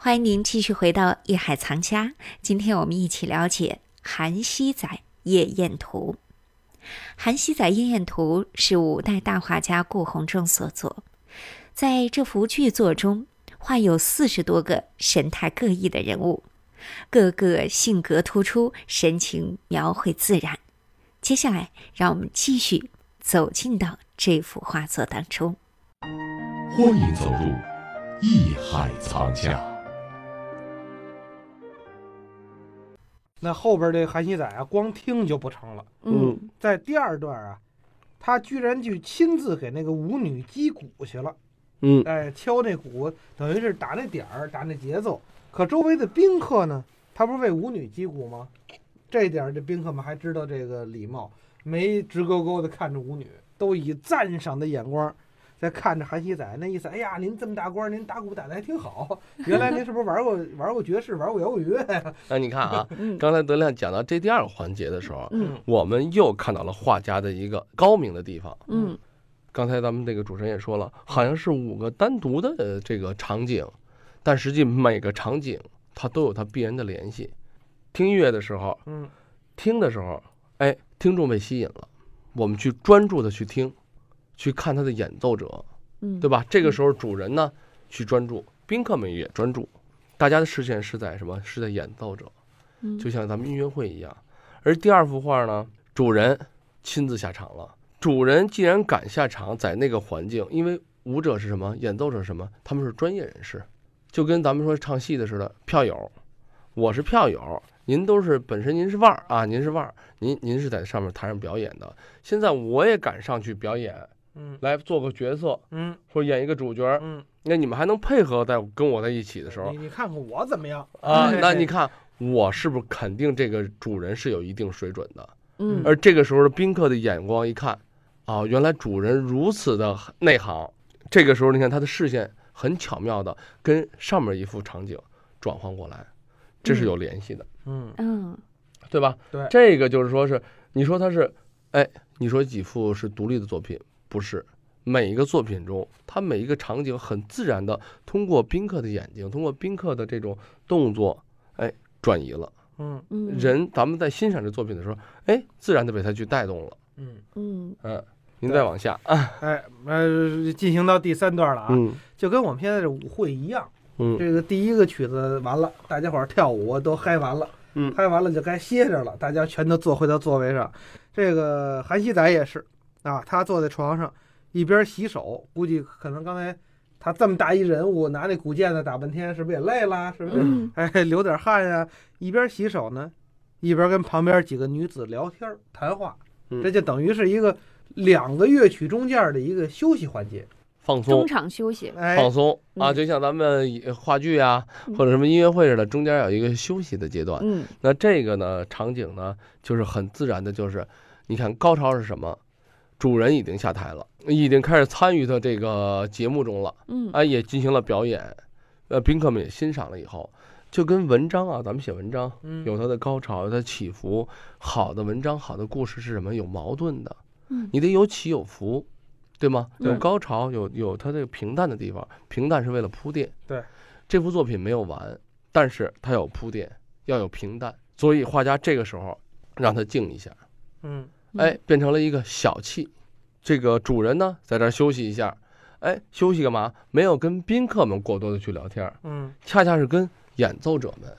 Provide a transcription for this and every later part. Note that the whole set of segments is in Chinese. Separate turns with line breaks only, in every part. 欢迎您继续回到《夜海藏家》，今天我们一起了解韩熙载夜宴图。韩熙载夜宴图是五代大画家顾闳仲所作，在这幅巨作中，画有四十多个神态各异的人物，个个性格突出，神情描绘自然。接下来，让我们继续走进到这幅画作当中。
欢迎走入艺海藏家。
那后边这韩熙载啊，光听就不成了。
嗯，
在第二段啊，他居然就亲自给那个舞女击鼓去了，
嗯
哎，敲那鼓，等于是打那点儿，打那节奏。可周围的宾客呢，他不是为舞女击鼓吗？这一点儿这宾客们还知道这个礼貌，没直勾勾的看着舞女，都以赞赏的眼光在看着韩熙载。那意思，哎呀，您这么大官儿，您打鼓打得还挺好。 原来您是不是玩过玩过爵士，玩过摇滚乐呀？
那你看啊，
嗯
刚才德亮讲到这第二个环节的时候，
嗯
我们又看到了画家的一个高明的地方。
嗯
刚才咱们那个主持人也说了，好像是五个单独的呃这个场景，但实际每个场景它都有它必然的联系。听音乐的时候，
嗯
听的时候，哎，听众被吸引了，我们去专注的去听，去看他的演奏者，
嗯，
对吧？这个时候主人呢去专注，宾客们也专注，大家的视线是在什么？是在演奏者，
嗯
就像咱们音乐会一样。而第二幅画呢，主人亲自下场了。主人既然敢下场，在那个环境，因为舞者是什么，演奏者是什么，他们是专业人士，就跟咱们说唱戏的似的，票友，我是票友，您都是本身您是腕儿啊，您是腕儿，您您是在上面台上表演的，现在我也敢上去表演，
嗯
来做个角色
嗯
或者演一个主角，
嗯，
那你们还能配合在跟我在一起的时候
你你看看我怎么样？
啊，
哎
那你看我是不是肯定这个主人是有一定水准的？
嗯
而这个时候的宾客的眼光一看，啊，原来主人如此的内行。这个时候你看他的视线很巧妙的跟上面一幅场景转换过来，这是有联系的，
嗯
嗯
对吧？
对
这个就是说是你说他是，哎，你说几幅是独立的作品，不是。每一个作品中，它每一个场景很自然的通过宾客的眼睛，通过宾客的这种动作，哎，转移了
嗯
嗯，
人。咱们在欣赏这作品的时候，哎，自然的被它去带动了。
嗯，
嗯
嗯，您再往下啊，
哎，呃，进行到第三段了啊，
嗯
就跟我们现在这舞会一样，
嗯
这个第一个曲子完了，大家伙儿跳舞都嗨完了，
嗯
嗨完了就该歇着了，大家全都坐回到座位上。这个韩熙载也是啊，他坐在床上一边洗手，估计可能刚才他这么大一人物拿那古剑子打半天，是不是也累了？是不是？
嗯
哎，流点汗呀、一边洗手呢，一边跟旁边几个女子聊天儿谈话，
嗯
这就等于是一个两个乐曲中间的一个休息环节。
放
中
松
场休息，
哎
放，松啊，
嗯
就像咱们呃话剧啊
嗯
或者什么音乐会似的，中间有一个休息的阶段。
嗯
那这个呢，场景呢，就是很自然的，就是你看高潮是什么？主人已经下台了，已经开始参与到这个节目中了，
嗯
啊，也进行了表演，呃，宾客们也欣赏了以后，就跟文章啊，咱们写文章
嗯
有它的高潮，有它的起伏。好的文章，好的故事是什么？有矛盾的，
嗯
你得有起有伏，对吗？有
对
高潮，有有它这个平淡的地方，平淡是为了铺垫。
对，
这幅作品没有完，但是它有铺垫，要有平淡，所以画家这个时候让它静一下，
嗯
嗯
哎，变成了一个小憩。这个主人呢，在这儿休息一下，哎，休息干嘛？没有跟宾客们过多的去聊天儿，
嗯
恰恰是跟演奏者们，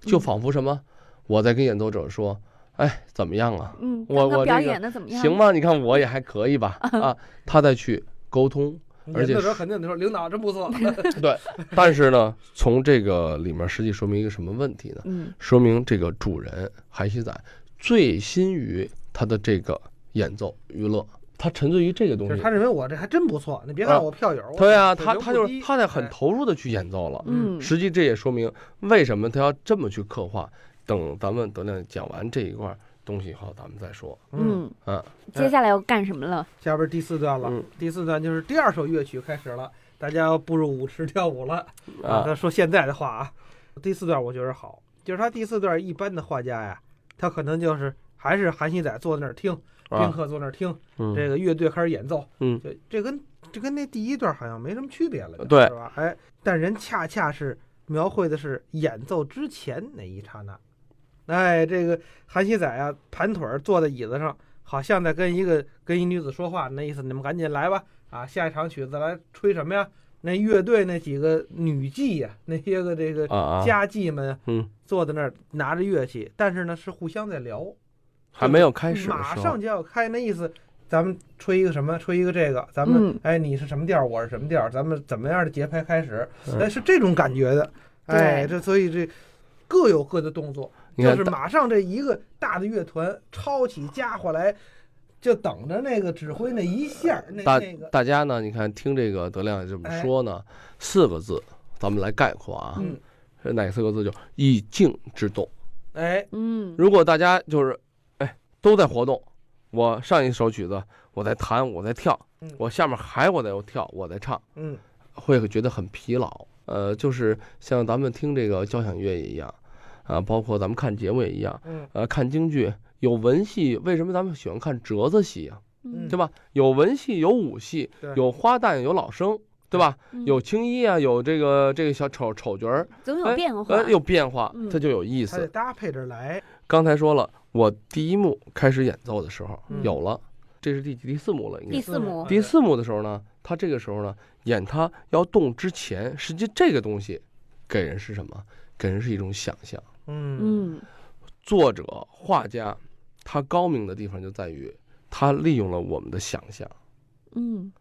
就
嗯
仿佛什么，我在跟演奏者说，哎，怎么样啊？
嗯，
我
刚刚
我
表
这个
演的怎么样？
行？吗？你看我也还可以 吧？啊，他再去沟通，而且
那时候肯定得说领导真不错。
对。但是呢，从这个里面实际说明一个什么问题呢？
嗯
说明这个主人韩熙载醉心于他的这个演奏娱乐，他沉醉于这个东
就是
西
他。认为我这还真不错，你别
啊
看我票友，我
对啊，
水
他
平
他
不
就是
低
他在很
哎
投入的去演奏了。
嗯
实际这也说明为什么他要这么去刻画。等咱们德亮讲完这一块东西以后，咱们再说。
嗯，
嗯，
啊，
接下来要干什么了？
下边第四段了
嗯，
第四段就是第二首乐曲开始了，大家要步入舞池跳舞了。
啊，
他说现在的话啊，第四段我觉得好，就是他第四段一般的画家呀，他可能就是还是韩熙载坐在那儿听，宾
啊
客坐那儿听，
嗯
这个乐队开始演奏，
嗯
这这跟这跟那第一段好像没什么区别了，
对
是吧？哎，但人恰恰是描绘的是演奏之前那一刹那。哎，这个韩熙载啊，盘腿儿坐在椅子上，好像在跟一个跟一女子说话，那意思你们赶紧来吧，啊，下一场曲子来吹什么呀？那乐队那几个女妓呀、那些个这个
啊啊，
家妓们啊
嗯，
坐在那儿拿着乐器，但是呢是互相在聊，
还没有开始的
马
时
上
候，
就要开，那意思咱们吹一个什么，吹一个这个，咱们、
嗯
哎你是什么调，我是什么调，咱们怎么样的节拍开始，
嗯
哎是这种感觉的，哎
对
这所以这各有各的动作，
你
就
看
是
大，
马上这一个大的乐团抄起家伙来，就等着那个指挥那一下儿那
大
那个
大家呢，你看听这个德亮这么说呢，四个字，咱们来概括啊，
哎嗯
是哪四个字？就以静制动。
哎
嗯，
如果大家就是哎都在活动，我上一首曲子我在弹，我在跳
嗯，
我下面还我在跳，我在唱，
嗯
会觉得很疲劳。呃，就是像咱们听这个交响乐也一样，啊，包括咱们看节目也一样，
嗯
呃，看京剧有文戏，为什么咱们喜欢看折子戏啊？
嗯
对吧？有文戏，有武戏
对，
有花旦，有老生，对吧？
嗯
有青衣啊，有这个这个小丑丑角儿，
总有变化，
呃，有变化
嗯，
它就有意
还得
思。
搭配着来，
刚才说了，我第一幕开始演奏的时候
嗯
有了，这是第几第四幕了，应
第
该。
四幕
第四幕的时候呢，他这个时候呢，演他要动之前，实际这个东西给人是什么？给人是一种想象。
嗯
嗯
作者、画家，他高明的地方就在于他利用了我们的想象。
嗯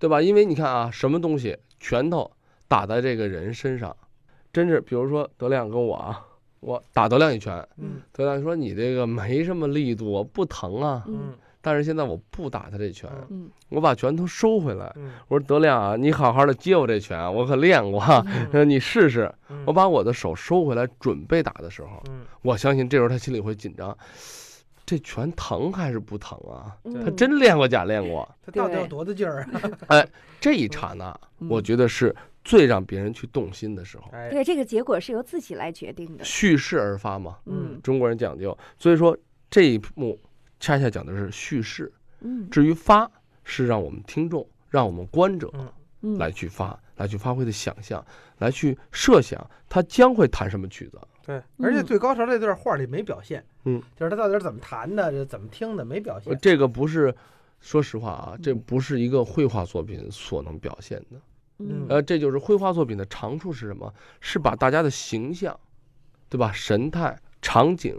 对吧？因为你看啊，什么东西拳头打在这个人身上，真是比如说德亮跟我啊，我打德亮一拳，
嗯
德亮说你这个没什么力度啊，不疼啊。
嗯
嗯
但是现在我不打他这拳，
嗯
嗯
我把拳头收回来。
嗯
我说德亮啊，你好好的接我这拳，我可练过啊，
嗯
呃你试试。
嗯，
我把我的手收回来，准备打的时候，
嗯
我相信这时候他心里会紧张，这拳疼还是不疼啊？
嗯，
他真练过假练过。
他到底有
对
多大劲儿啊？
这一刹那，
嗯
我觉得是最让别人去动心的时候。
哎
对这个结果是由自己来决定的，
蓄势而发嘛，
嗯
中国人讲究，所以说这一幕恰恰讲的是蓄势。
嗯
至于发，是让我们听众、让我们观者
嗯
来去发，来去发挥的想象，来去设想他将会弹什么曲子。
对，而且
嗯
最高潮这段话里没表现，
嗯，
就是他到底是怎么弹的，这怎么听的，没表
呃
现。
这个不是，说实话啊，这不是一个绘画作品所能表现的。
嗯
呃，这就是绘画作品的长处是什么？是把大家的形象，对吧？神态、场景、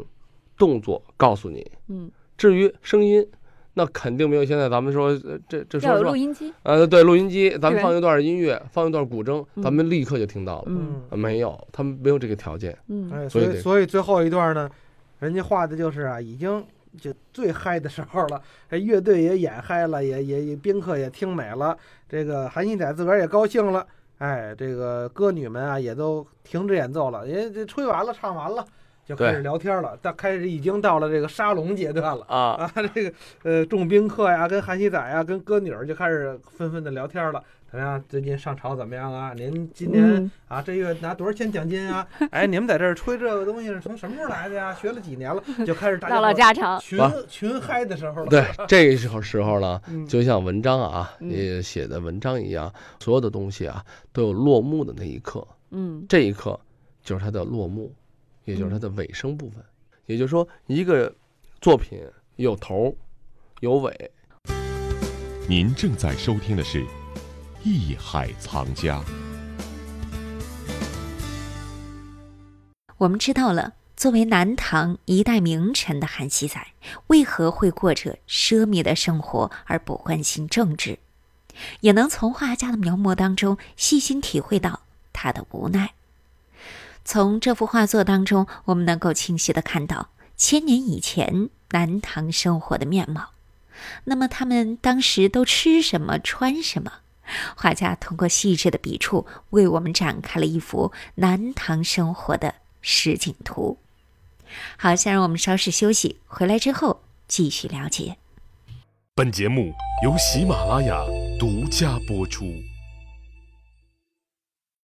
动作告诉你。
嗯，
至于声音，那肯定没有现在咱们说呃这这
要有
说实
录
话，
音机，
呃，对，录音机，咱们
对
放一段音乐，放一段古筝，咱们立刻就听到了。
嗯
呃没有，他们没有这个条件。
嗯
哎，所
所以
以
得
所以最后一段呢，人家画的就是啊，已经就最嗨的时候了，哎，乐队也演嗨了，也也也宾客也听美了，这个韩信仔自个儿也高兴了，哎，这个歌女们啊也都停止演奏了，人家这吹完了，唱完了。就开始
对
聊天了，但开始已经到了这个沙龙阶段了。
啊，
啊，这个呃，众宾客呀，跟韩熙载呀，跟歌女儿就开始纷纷的聊天了。怎么样？最近上朝怎么样啊？您今年、
嗯
啊，这月拿多少钱奖金啊？ 哎，你们在这儿吹这个东西是从什么时候来的呀？学了几年了？就开始大
唠唠
家
家常，
群
啊
群嗨的时候了。
对，这个时候时候呢，
嗯，
就像文章啊，
嗯
也写的文章一样，所有的东西啊都有落幕的那一刻。
嗯
这一刻就是它的落幕，也就是它的尾声部分。也就是说，一个作品有头有尾，
您正在收听的是《艺海藏家》。
我们知道了，作为南唐一代名臣的韩熙载，为何会过着奢靡的生活而不关心政治，也能从画家的描摹当中细心体会到他的无奈。从这幅画作当中，我们能够清晰地看到千年以前南唐生活的面貌。那么他们当时都吃什么、穿什么？画家通过细致的笔触，为我们展开了一幅南唐生活的实景图。好，先让我们稍事休息，回来之后继续了解。
本节目由喜马拉雅独家播出。